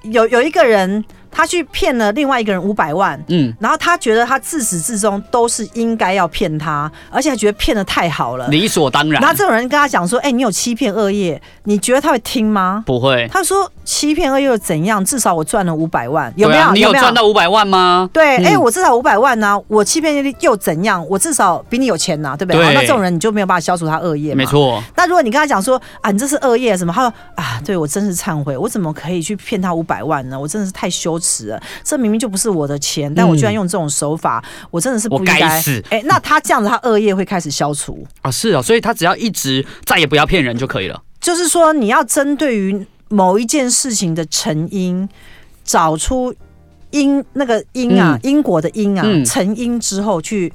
有有一个人他去骗了另外一个人五百万，
嗯，
然后他觉得他自始至终都是应该要骗他，而且还觉得骗的太好了。
理所当然
然后，这种人跟他讲说：“哎、你有欺骗恶业，你觉得他会听吗
不？”会。
他说：“欺骗恶业又怎样？至少我赚了五百万，有
对
没有？
啊、你有
没有
赚？到五百万吗？
对，哎、
嗯
我至少五百万呢、我欺骗业又怎样？我至少比你有钱呐、对不对？
对
好那这种人你就没有办法消除他恶业嘛。
没错，
那如果你跟他讲说啊，你这是恶业什么？他说啊，对我真是忏悔，我怎么可以去骗他五百万呢？我真的是太羞耻了，这明明就不是我的钱，但我居然用这种手法，我真的是不
我
应
该
该。
死
哎、那他这样子，他恶业会开始消除。
啊！是啊，所以他只要一直再也不要骗人就可以了。
就是说，你要针对于某一件事情的成因，找出因那个因啊，因果的因啊，
嗯
成因之后去，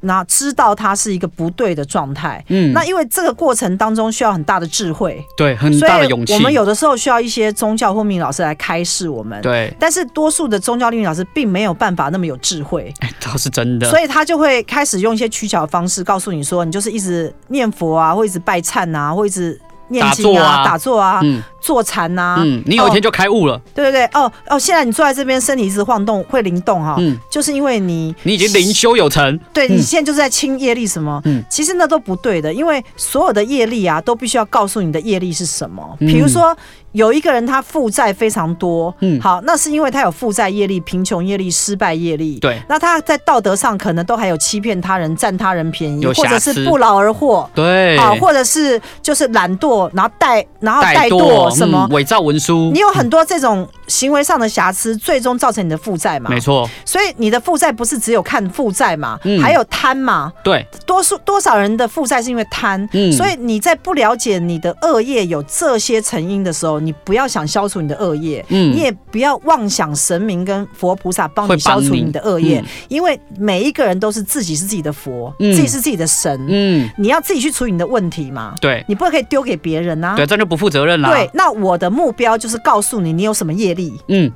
那知道它是一个不对的状态。
嗯，
那因为这个过程当中需要很大的智慧，
对很
所
嗯大的
以
勇气。
我们有的时候需要一些宗教或命理老师来开示我们。
对，
但是多数的宗教命理老师并没有办法那么有智慧，
哎，倒是真的。
所以他就会开始用一些取巧的方式告诉你说，你就是一直念佛啊，或一直拜忏啊，或一直念经啊、打
打
坐啊、
嗯
坐禅啊，
嗯，你有一天就开悟了。
对对对，哦哦，现在你坐在这边，身体一直晃动会灵动哈、
嗯，
就是因为你
你已经灵修有成。
对
嗯
你现在就是在清业力什么？
嗯
其实那都不对的，因为所有的业力啊，都必须要告诉你的业力是什么。
嗯
比如说，有一个人他负债非常多，
嗯
好，那是因为他有负债业力、贫穷业力、失败业力。
对
那他在道德上可能都还有欺骗他人、占他人便宜，
有瑕
或
疵
者是不劳而获。
对，
啊，或者是就是懒惰，然后怠，然后怠惰什么
嗯，伪造文书，
你有很多这种行为上的瑕疵，最终造成你的负债嘛。
嗯没，错，
所以你的负债不是只有看负债嘛，
嗯
还有贪嘛，
对，
多数多少人的负债是因为贪，
嗯
所以你在不了解你的恶业有这些成因的时候，你不要想消除你的恶业，
嗯
你也不要妄想神明跟佛菩萨帮
会
你消除
帮你
你的恶业，
嗯
因为每一个人都是自己是自己的佛，
嗯
自己是自己的神，
嗯，
你要自己去处理你的问题嘛，
对，
你不可以丢给别人啊。
对，这样就不负责任啦。
对，，那我的目标就是告诉你你有什么业力，
嗯，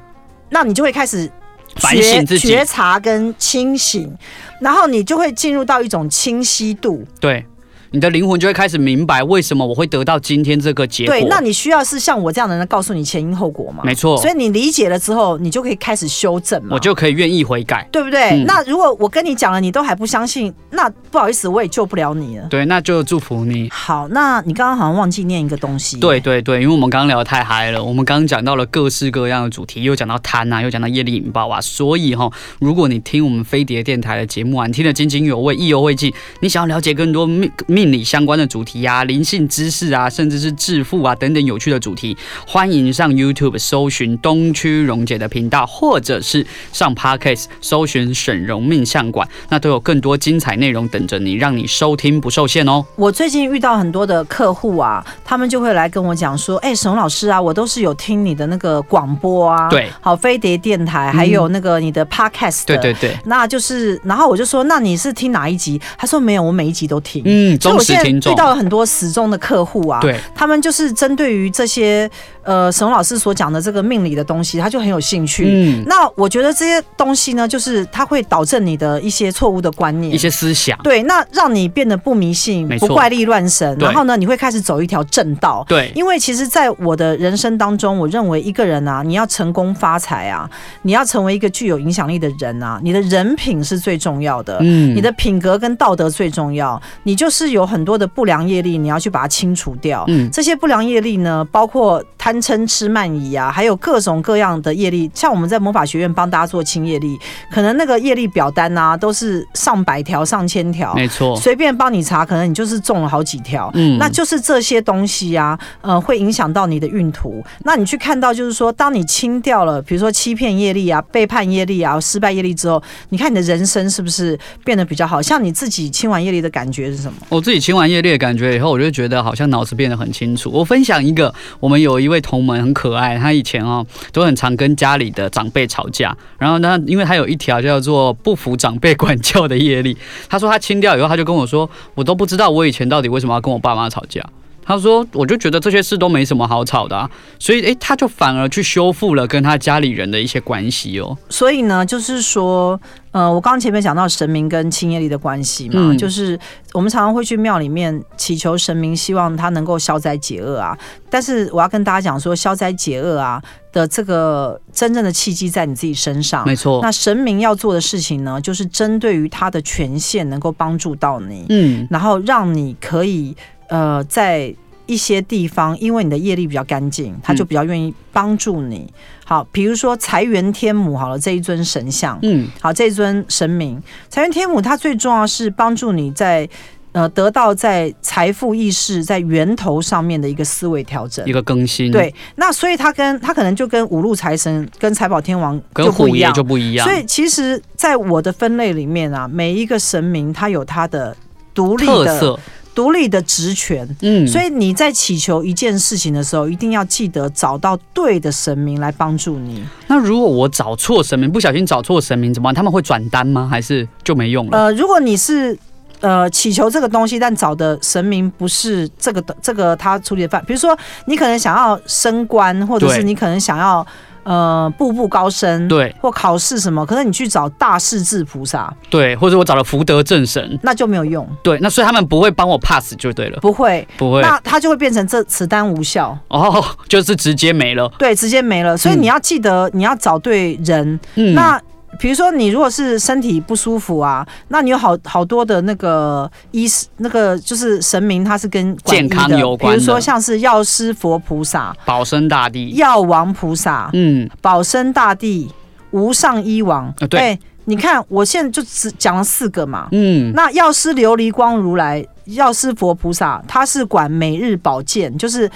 那你就会开始
反省自己
觉觉察跟清醒，然后你就会进入到一种清晰度。
对，你的灵魂就会开始明白为什么我会得到今天这个结果。
对，那你需要是像我这样的人告诉你前因后果嘛？
没错
所以你理解了之后，你就可以开始修正嘛。
我就可以愿意悔改。
对不对？
嗯
那如果我跟你讲了，你都还不相信，那不好意思，我也救不了你了。
对，那就祝福你。
好，那你刚刚好像忘记念一个东西。
对，对对，因为我们刚刚聊得太嗨了，我们刚刚讲到了各式各样的主题，又讲到贪啊，又讲到业力引爆啊，所以哈、如果你听我们飞碟电台的节目啊，你听得津津有味、意犹未尽，你想要了解更多命命理相关的主题啊、灵性知识啊，甚至是致富啊等等有趣的主题，欢迎上 YouTube 搜寻东区荣姐的频道，或者是上 Podcast 搜寻沈荣命相馆，那都有更多精彩内容等着你，让你收听不受限哦。
我最近遇到很多的客户啊，他们就会来跟我讲说，哎、沈老师啊，我都是有听你的那个广播啊，
对，
好飞碟电台，还有那个你的 Podcast，、
对对。对，
那就是，然后我就说，那你是听哪一集？他说没有，我每一集都听。
嗯，
所以
忠
我
实
现在
听众
遇。到了很多死忠的客户啊，
对，
他们就是针对于这些呃沈老师所讲的这个命理的东西，他就很有兴趣。
嗯，
那我觉得这些东西呢，就是它会导正你的一些错误的观念
一。些思想，
对，那让你变得不迷信
没、
不
错
怪力乱神，
对
然后呢，你会开始走一条正道。
对，
因为其实，在我的人生当中，我认为一个人啊，你要成功发财啊，你要成为一个具有影响力的人啊，你的人品是最重要的。
嗯
你的品格跟道德最重要，你就是有很多的不良业力，你要去把它清除掉。
嗯
这些不良业力呢，包括贪嗔痴慢疑啊，还有各种各样的业力。像我们在魔法学院帮大家做清业力，可能那个业力表单啊，都是上百条、上千条，
没错，
随便帮你查，可能你就是中了好几条。
嗯
那就是这些东西啊，呃，会影响到你的运途。那你去看到，就是说，当你清掉了，比如说欺骗业力啊、背叛业力啊、失败业力之后，你看你的人生是不是变得比较好？像你自己清完业力的感觉是什么？
我自己清完业力的感觉以后，我就觉得好像脑子变得很清楚。我分享一个，我们有一位同门很可爱，他以前哦都很常跟家里的长辈吵架，然后呢，因为他有一条叫做不服长辈管教的业力，他说他清掉以后，他就跟我说，我都不知道我以前到底为什么要跟我爸妈吵架。他说：“我就觉得这些事都没什么好吵的、啊，所以诶，他就反而去修复了跟他家里人的一些关系哦。
所以呢，就是说，呃，我刚刚前面讲到神明跟清业力的关系嘛，
嗯
就是我们常常会去庙里面祈求神明，希望他能够消灾解厄啊。但是我要跟大家讲说，消灾解厄啊的这个真正的契机在你自己身上。
没错，
那神明要做的事情呢，就是针对于他的权限，能够帮助到你，
嗯，
然后让你可以呃在。一些地方，因为你的业力比较干净，他就比较愿意帮助你。好，比如说财源天母，好了，这一尊神像，
嗯，
好，这一尊神明，财源天母，它最重要是帮助你在呃得到在财富意识在源头上面的一个思维调整
一。个更新，，
对，那所以他跟他可能就跟五路财神、跟财宝天王
跟
就不
虎
一
爷
样，
就不一样，
所以其实，在我的分类里面啊，每一个神明他有他的独立
特
的
色，
独立的职权。
嗯，
所以你在祈求一件事情的时候，一定要记得找到对的神明来帮助你。
那如果我找错神明，不小心找错神明怎么办？他们会转单吗？还是就没用了？
呃，如果你是呃祈求这个东西，但找的神明不是这个这个他处理的范，比如说你可能想要升官，或者
对
是你可能想要呃步步高升，
对
或考试什么，可是你去找大势至菩萨，
对，或者我找了福德正神，
那就没有用，
对，那所以他们不会帮我 pass 就对了，
不会。
不会
那它就会变成这此单无效，
哦， 就是直接没了。
对，直接没了。所以
嗯
你要记得，你要找对人。
嗯，
那比如说，你如果是身体不舒服啊，那你有好好多的那个医师，那个就是神明，他是跟管
健康
医的
有关的
比如说像是药师佛菩萨、
保生大帝，
药王菩萨、
嗯，
保生大帝、无上医王。
啊对
哎你看我现在就只讲了四个嘛。
嗯，
那药师琉璃光如来、药师佛菩萨，他是管每日保健，就是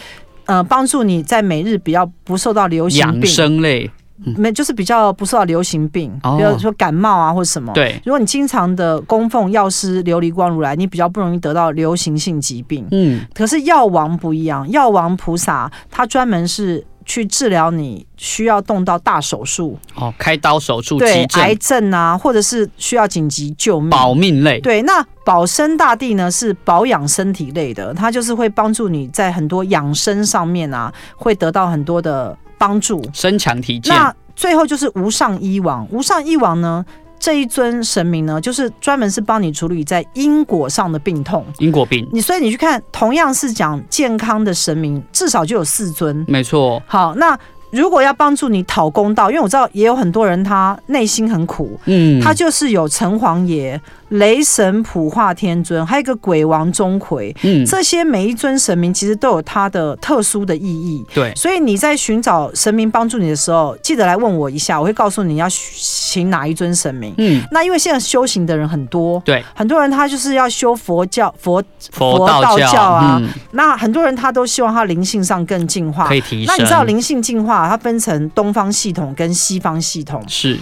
呃帮助你在每日比较不受到流行
养
病，哦
生类，
没就是比较不受到流行病，
哦
比如说感冒啊或什么。。
对，
如果你经常的供奉药师琉璃光如来，你比较不容易得到流行性疾病。
嗯，
可是药王不一样，药王菩萨他专门是去治疗你需要动到大手术，
哦，开刀手术、
对
急
癌
症、
症啊，或者是需要紧急救命。
保命类，
对，那保生大帝呢是保养身体类的，它就是会帮助你在很多养生上面啊，会得到很多的帮助。
身强体健，
那最后就是无上医王，无上医王呢，这一尊神明呢，就是专门是帮你处理在因果上的病痛。
因果病，
你所以你去看，同样是讲健康的神明，至少就有四尊。
没错，
好，那如果要帮助你讨公道，因为我知道也有很多人他内心很苦，
嗯，
他就是有城隍爷、雷神普化天尊，还有一个鬼王钟馗，
嗯，
这些每一尊神明其实都有它的特殊的意义。
对，
所以你在寻找神明帮助你的时候，记得来问我一下，我会告诉你要请哪一尊神明。
嗯，
那因为现在修行的人很多，
对，
很多人他就是要修佛教佛，
佛
佛
道
道
教
教啊
嗯，
那很多人他都希望他灵性上更进化
可。以提升。
那你知道灵性进化，它分成东方系统跟西方系统。
是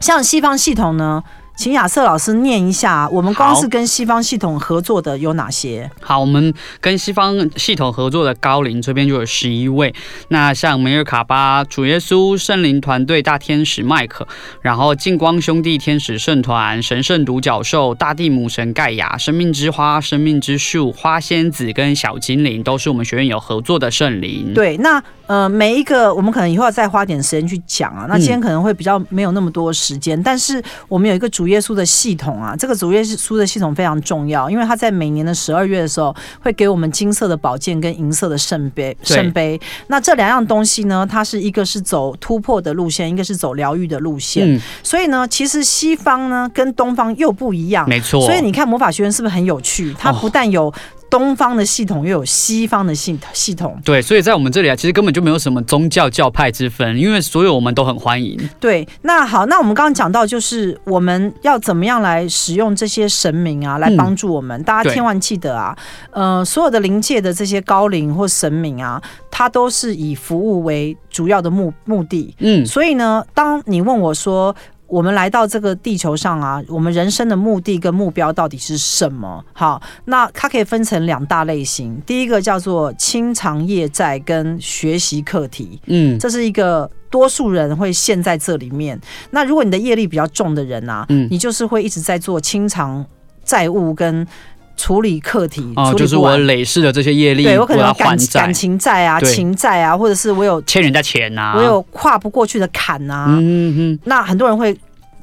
像西方系统呢，请亚瑟老师念一下，我们光
好
是跟西方系统合作的有哪些？
好，我们跟西方系统合作的高龄这边就有十一位，那像梅尔卡巴、主耶稣、圣灵团队、大天使麦克，然后净光兄弟天使圣团、神圣独角兽、大地母神盖亚、生命之花、生命之树、花仙子跟小精灵，都是我们学院有合作的圣灵。，
对，那呃，每一个我们可能以后要再花点时间去讲啊。
嗯
那今天可能会比较没有那么多时间，但是我们有一个主耶稣的系统啊，这个主耶稣的系统非常重要，因为他在每年的十二月的时候会给我们金色的宝剑跟银色的圣杯。
对
圣杯，那这两样东西呢，它是一个是走突破的路线，一个是走疗愈的路线。
嗯，
所以呢，其实西方呢跟东方又不一样。
没错。
所以你看魔法学院是不是很有趣？它
哦
不但有东方的系统，又有西方的系系统。
对，所以在我们这里啊，其实根本就没有什么宗教教派之分，因为所有我们都很欢迎。
对，那好，那我们刚刚讲到，就是我们要怎么样来使用这些神明啊，来帮助我们。大家
对
千万记得啊，呃，所有的灵界的这些高灵或神明啊，它都是以服务为主要的目目的。
嗯，
所以呢，当你问我说，我们来到这个地球上啊，我们人生的目的跟目标到底是什么？好，那它可以分成两大类型，第一个叫做清偿业债跟学习课题。
嗯，
这是一个多数人会陷在这里面。那如果你的业力比较重的人啊，
嗯
你就是会一直在做清偿债务跟处理课题，
哦，
处
就
理
是
不
我
完。
累世的这些业力，
对我可能
要
有感
还债
感，情债啊、
对
情债啊，或者是我有
欠人家钱呐、啊。
我有跨不过去的坎啊。
嗯嗯
那很多人会。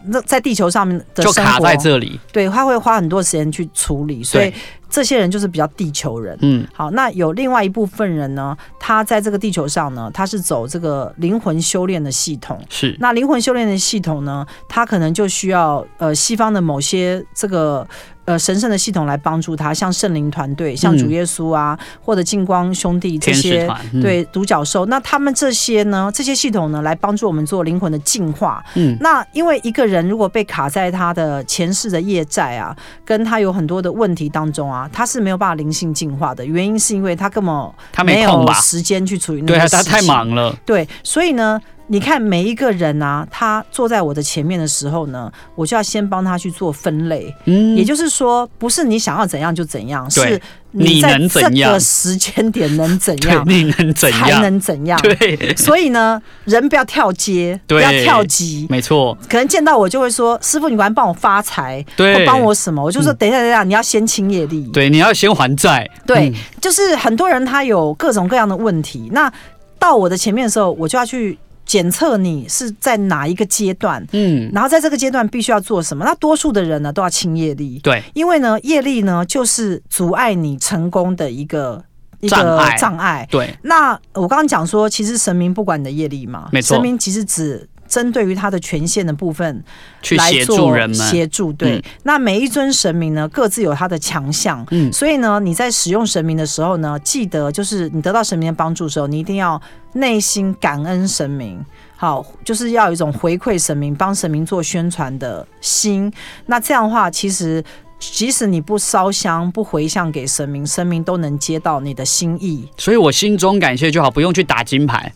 那在地球上面
嗯，
的
就
生
卡
活，
在这里。
对，他会花很多时间去处理，所以
对，
这些人就是比较地球人。
嗯，
好，那有另外一部分人呢，他在这个地球上呢，他是走这个灵魂修炼的系统，
是，
那灵魂修炼的系统呢，它可能就需要呃西方的某些这个呃神圣的系统来帮助他，像圣灵团队，像主耶稣啊，或者净光兄弟这
嗯天使
些。
团。嗯，
对独角兽，那他们这些呢？这些系统呢，来帮助我们做灵魂的净化。
嗯，
那因为一个人如果被卡在他的前世的业债啊，跟他有很多的问题当中啊，他是没有办法灵性净化的。原因是因为他根本
他没
没
空
有
吧？
时间去处理那
对
些
啊，
事
他太
情
忙了。
对，所以呢，你看每一个人啊，他坐在我的前面的时候呢，我就要先帮他去做分类，
嗯，
也就是说，不是你想要怎样就怎样，
对
是
你
在
能怎
这个
样
时间点能怎
对
样，
你能怎
才
样？
能怎样。
对，
所以呢，人不要跳街，不
对
要跳级。
没错，
可能见到我就会说：“师傅，你管帮我发财，
对，嗯
或帮。我什么？”我就说：“等一下，等一下，你要先清业力。”
对，你要先还债。
对
嗯，
就是很多人他有各种各样的问题。那到我的前面的时候，我就要去检测你是在哪一个阶段，
嗯，
然后在这个阶段必须要做什么。那多数的人呢，都要清业力，
对，
因为呢，业力呢就是阻碍你成功的一个一
障
个
碍
障碍。
对，
那我刚刚讲说，其实神明不管你的业力嘛，
没错
神明其实只针对于他的权限的部分
去
来
协助
做
人们。
协助对。
嗯
那每一尊神明呢，各自有他的强项，
嗯
所以呢，你在使用神明的时候呢，记得就是你得到神明的帮助的时候，你一定要内心感恩神明。好，就是要有一种回馈神明、帮神明做宣传的心。那这样的话，其实即使你不烧香、不回向给神明，神明都能接到你的心意。
所以我心中感谢就好，不用去打金牌。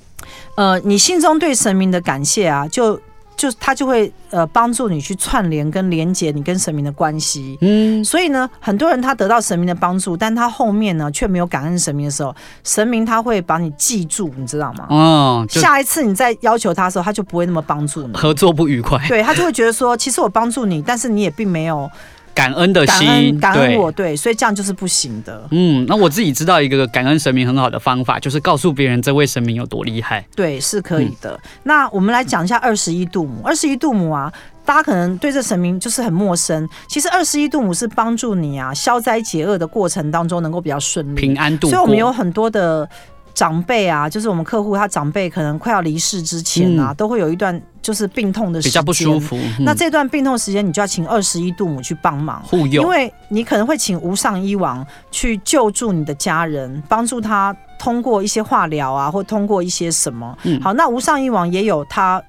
呃，你心中对神明的感谢啊，就就他就会呃帮助你去串联跟连接你跟神明的关系。
嗯，
所以呢，很多人他得到神明的帮助，但他后面呢却没有感恩神明的时候，神明他会把你记住，你知道吗？
哦，就
下一次你再要求他的时候，他就不会那么帮助你。
合作不愉快。
对他就会觉得说，其实我帮助你，但是你也并没有
感恩的
感
心，
恩感恩
对
我，对，所以这样就是不行的。
嗯，那我自己知道一个感恩神明很好的方法，就是告诉别人这位神明有多厉害。
对，是可以的。
嗯
那我们来讲一下二十一度母。二十一度母啊，大家可能对这神明就是很陌生。其实二十一度母是帮助你啊消灾解厄的过程当中能够比较顺利。
平安度
所
过。
以我们有很多的长辈啊，就是我们客户他长辈可能快要离世之前啊，都会有一段就是病痛的时
嗯比
间
较不舒。服，嗯
那这段病痛时间，你就要请二十一度母去帮忙。
护
因
佑，
为你可能会请无上医王去救助你的家人，帮助他通过一些化疗啊，或通过一些什么。
嗯
好，那无上医王也有他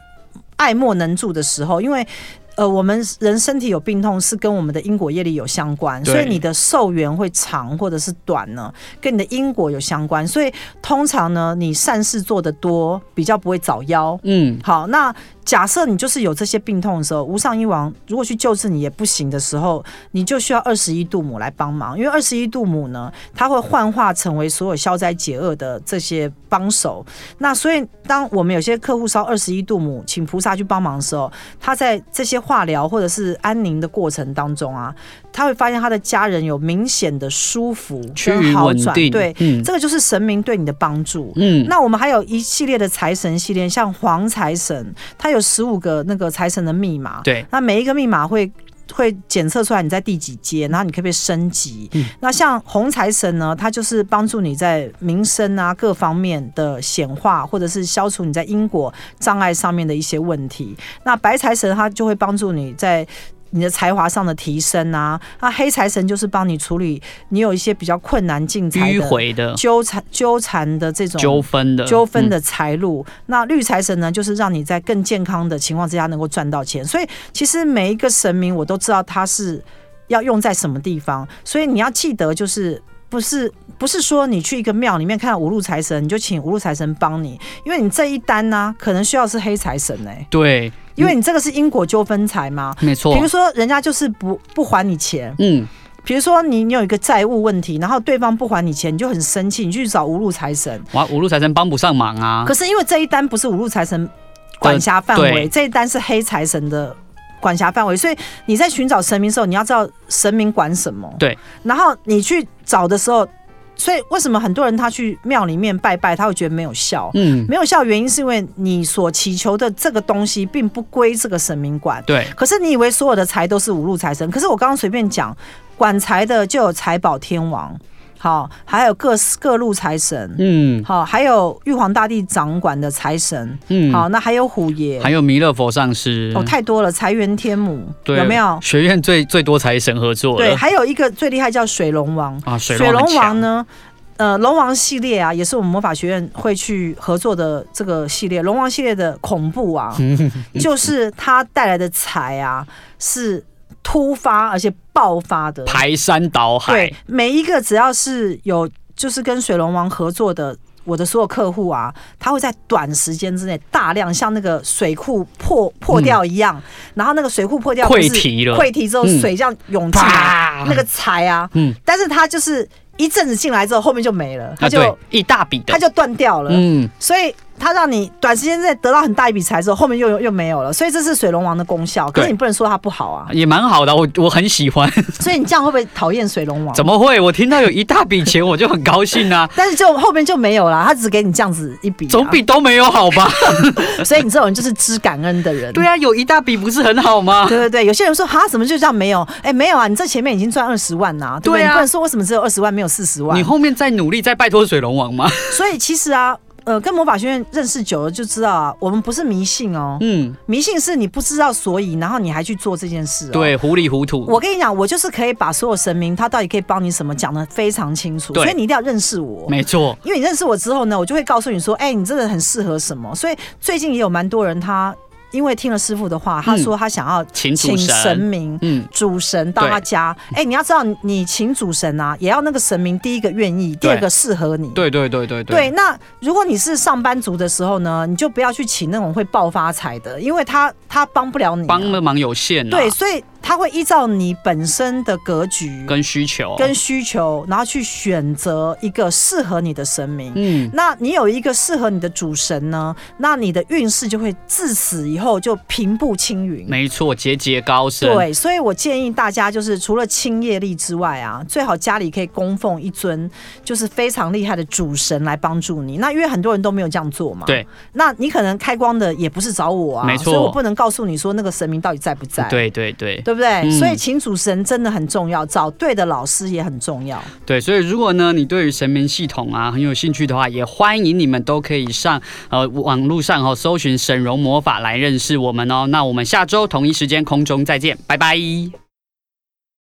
爱莫能助的时候，因为。呃，我们人身体有病痛是跟我们的因果业力有相关，
对
所以你的寿元会长或者是短呢，跟你的因果有相关。所以通常呢，你善事做得多，比较不会早夭。
嗯，
好，那假设你就是有这些病痛的时候，无上医王如果去救治你也不行的时候，你就需要二十一度母来帮忙，因为二十一度母呢，它会幻化成为所有消灾解厄的这些帮手。那所以，当我们有些客户烧二十一度母，请菩萨去帮忙的时候，他在这些化疗或者是安宁的过程当中啊，他会发现他的家人有明显的舒服
趋
跟
于
好
稳
转，
定，
对，
嗯
这个就是神明对你的帮助。
嗯，
那我们还有一系列的财神系列，像黄财神，它有十五个那个财神的密码。
对，
那每一个密码会。会检测出来你在第几阶，然后你可不可以升级？
嗯
那像红财神呢，它就是帮助你在民生啊各方面的显化，或者是消除你在因果障碍上面的一些问题。那白财神它就会帮助你在你的才华上的提升啊，那黑财神就是帮你处理你有一些比较困难进财
迂
的
回的
纠缠纠缠的这种
纠纷的
纠纷
嗯
的财路。那绿财神呢，就是让你在更健康的情况之下能够赚到钱。所以其实每一个神明，我都知道他是要用在什么地方，所以你要记得就是。不是不是说你去一个庙里面看到五路财神，你就请五路财神帮你，因为你这一单呢、可能需要是黑财神哎、
对，
因为你这个是因果纠纷财嘛。
没
比
错
如，说人家就是不不还你钱，
嗯，
比如说你你有一个债务问题，然后对方不还你钱，你就很生气，你去找五路财神。
哇，五路财神帮不上忙啊
可，是因为这一单不是五路财神管辖范
呃
围，
对
这一单是黑财神的管辖范围，所以你在寻找神明的时候，你要知道神明管什么。
对，
然后你去找的时候，所以为什么很多人他去庙里面拜拜，他会觉得没有效？
嗯，
没有效，原因是因为你所祈求的这个东西并不归这个神明管。
对，
可是你以为所有的财都是五路财神，可是我刚刚随便讲，管财的就有财宝天王，好，还有各各路财神。
嗯
好，还有玉皇大帝掌管的财神，
嗯，
好，那还有虎爷，
还有弥勒佛上师，
哦，太多了，财源天母，
对，
有没有？
学院最最多财神合作
对，
了？
还有一个最厉害叫水龙王，
啊，水
水
龙
龙王
呢？
呢？呃，龙王系列啊，也是我们魔法学院会去合作的这个系列。龙王系列的恐怖 啊，
嗯
就是它带来的财啊是突发而且爆发的。
排山倒海
对，，每一个只要是有就是跟水龙王合作的，我的所有客户啊，他会在短时间之内大量像那个水库破破掉一样，然后那个水库破掉
嗯溃
不是
堤了，
溃堤之后
嗯
水这样涌进来，
啪，
那个财啊，
嗯
但是他就是一阵子进来之后，后面就没了，他
啊，
就、
对，一大笔的
他，就断掉了，
嗯，
所以他让你短时间内得到很大一笔财之后，后面又又又没有了，所以这是水龙王的功效，可是
对哎
你不能说它不好啊，
也蛮好的，我我很喜欢。
所以你这样会不会讨厌水龙王？
怎么会？我听到有一大笔钱，我就很高兴
，
啊
但是就后面就没有啦，他只给你这样子一笔、啊，
总比都没有好吧？
所以你这种人就是知感恩的人。
对啊，有一大笔不是很好吗？
对对对，有些人说哈，怎么就这样没有？哎，没有啊，你这前面已经赚二十万呐、对不对？
对啊
你不能说为什么只有二十万没有四十万
你。后面再努力，再拜托水龙王吗？
所以其实啊，呃，跟魔法学院认识久了就知道啊，我们不是迷信哦，
嗯，
迷信是你不知道所以，然后你还去做这件事、哦。。
对，糊里糊涂。
我跟你讲，我就是可以把所有神明他到底可以帮你什么讲得非常清楚，
对
所以你一定要认识我。
没错，
因为你认识我之后呢，我就会告诉你说，哎、你真的很适合什么。所以最近也有蛮多人他因为听了师傅的话，他说他想要
请主
请神
神，
明。
嗯，
主神到他家，哎、你要知道，你请主神啊，也要那个神明第一个愿意，第
对
二个适合你。
对对对对
对，那如果你是上班族的时候呢，你就不要去请那种会爆发财的，因为他他帮不了你啊、
帮的忙有限啊。
对，所以它会依照你本身的格局
跟需求，
跟需求，然后去选择一个适合你的神明。
嗯，
那你有一个适合你的主神呢，那你的运势就会自此以后就平步青云。
没错，节节高升。，
对，所以我建议大家就是除了清业力之外啊，最好家里可以供奉一尊就是非常厉害的主神来帮助你。那因为很多人都没有这样做嘛，
对，
那你可能开光的也不是找我啊，
没错
所以我不能告诉你说那个神明到底在不在，
对对对
对不对？
嗯
所以请主神真的很重要，找对的老师也很重要。
对，所以如果呢，你对于神明系统啊很有兴趣的话，也欢迎你们都可以上呃网络上哈、哦、搜寻“神容魔法”来认识我们哦。那我们下周同一时间空中再见，拜拜。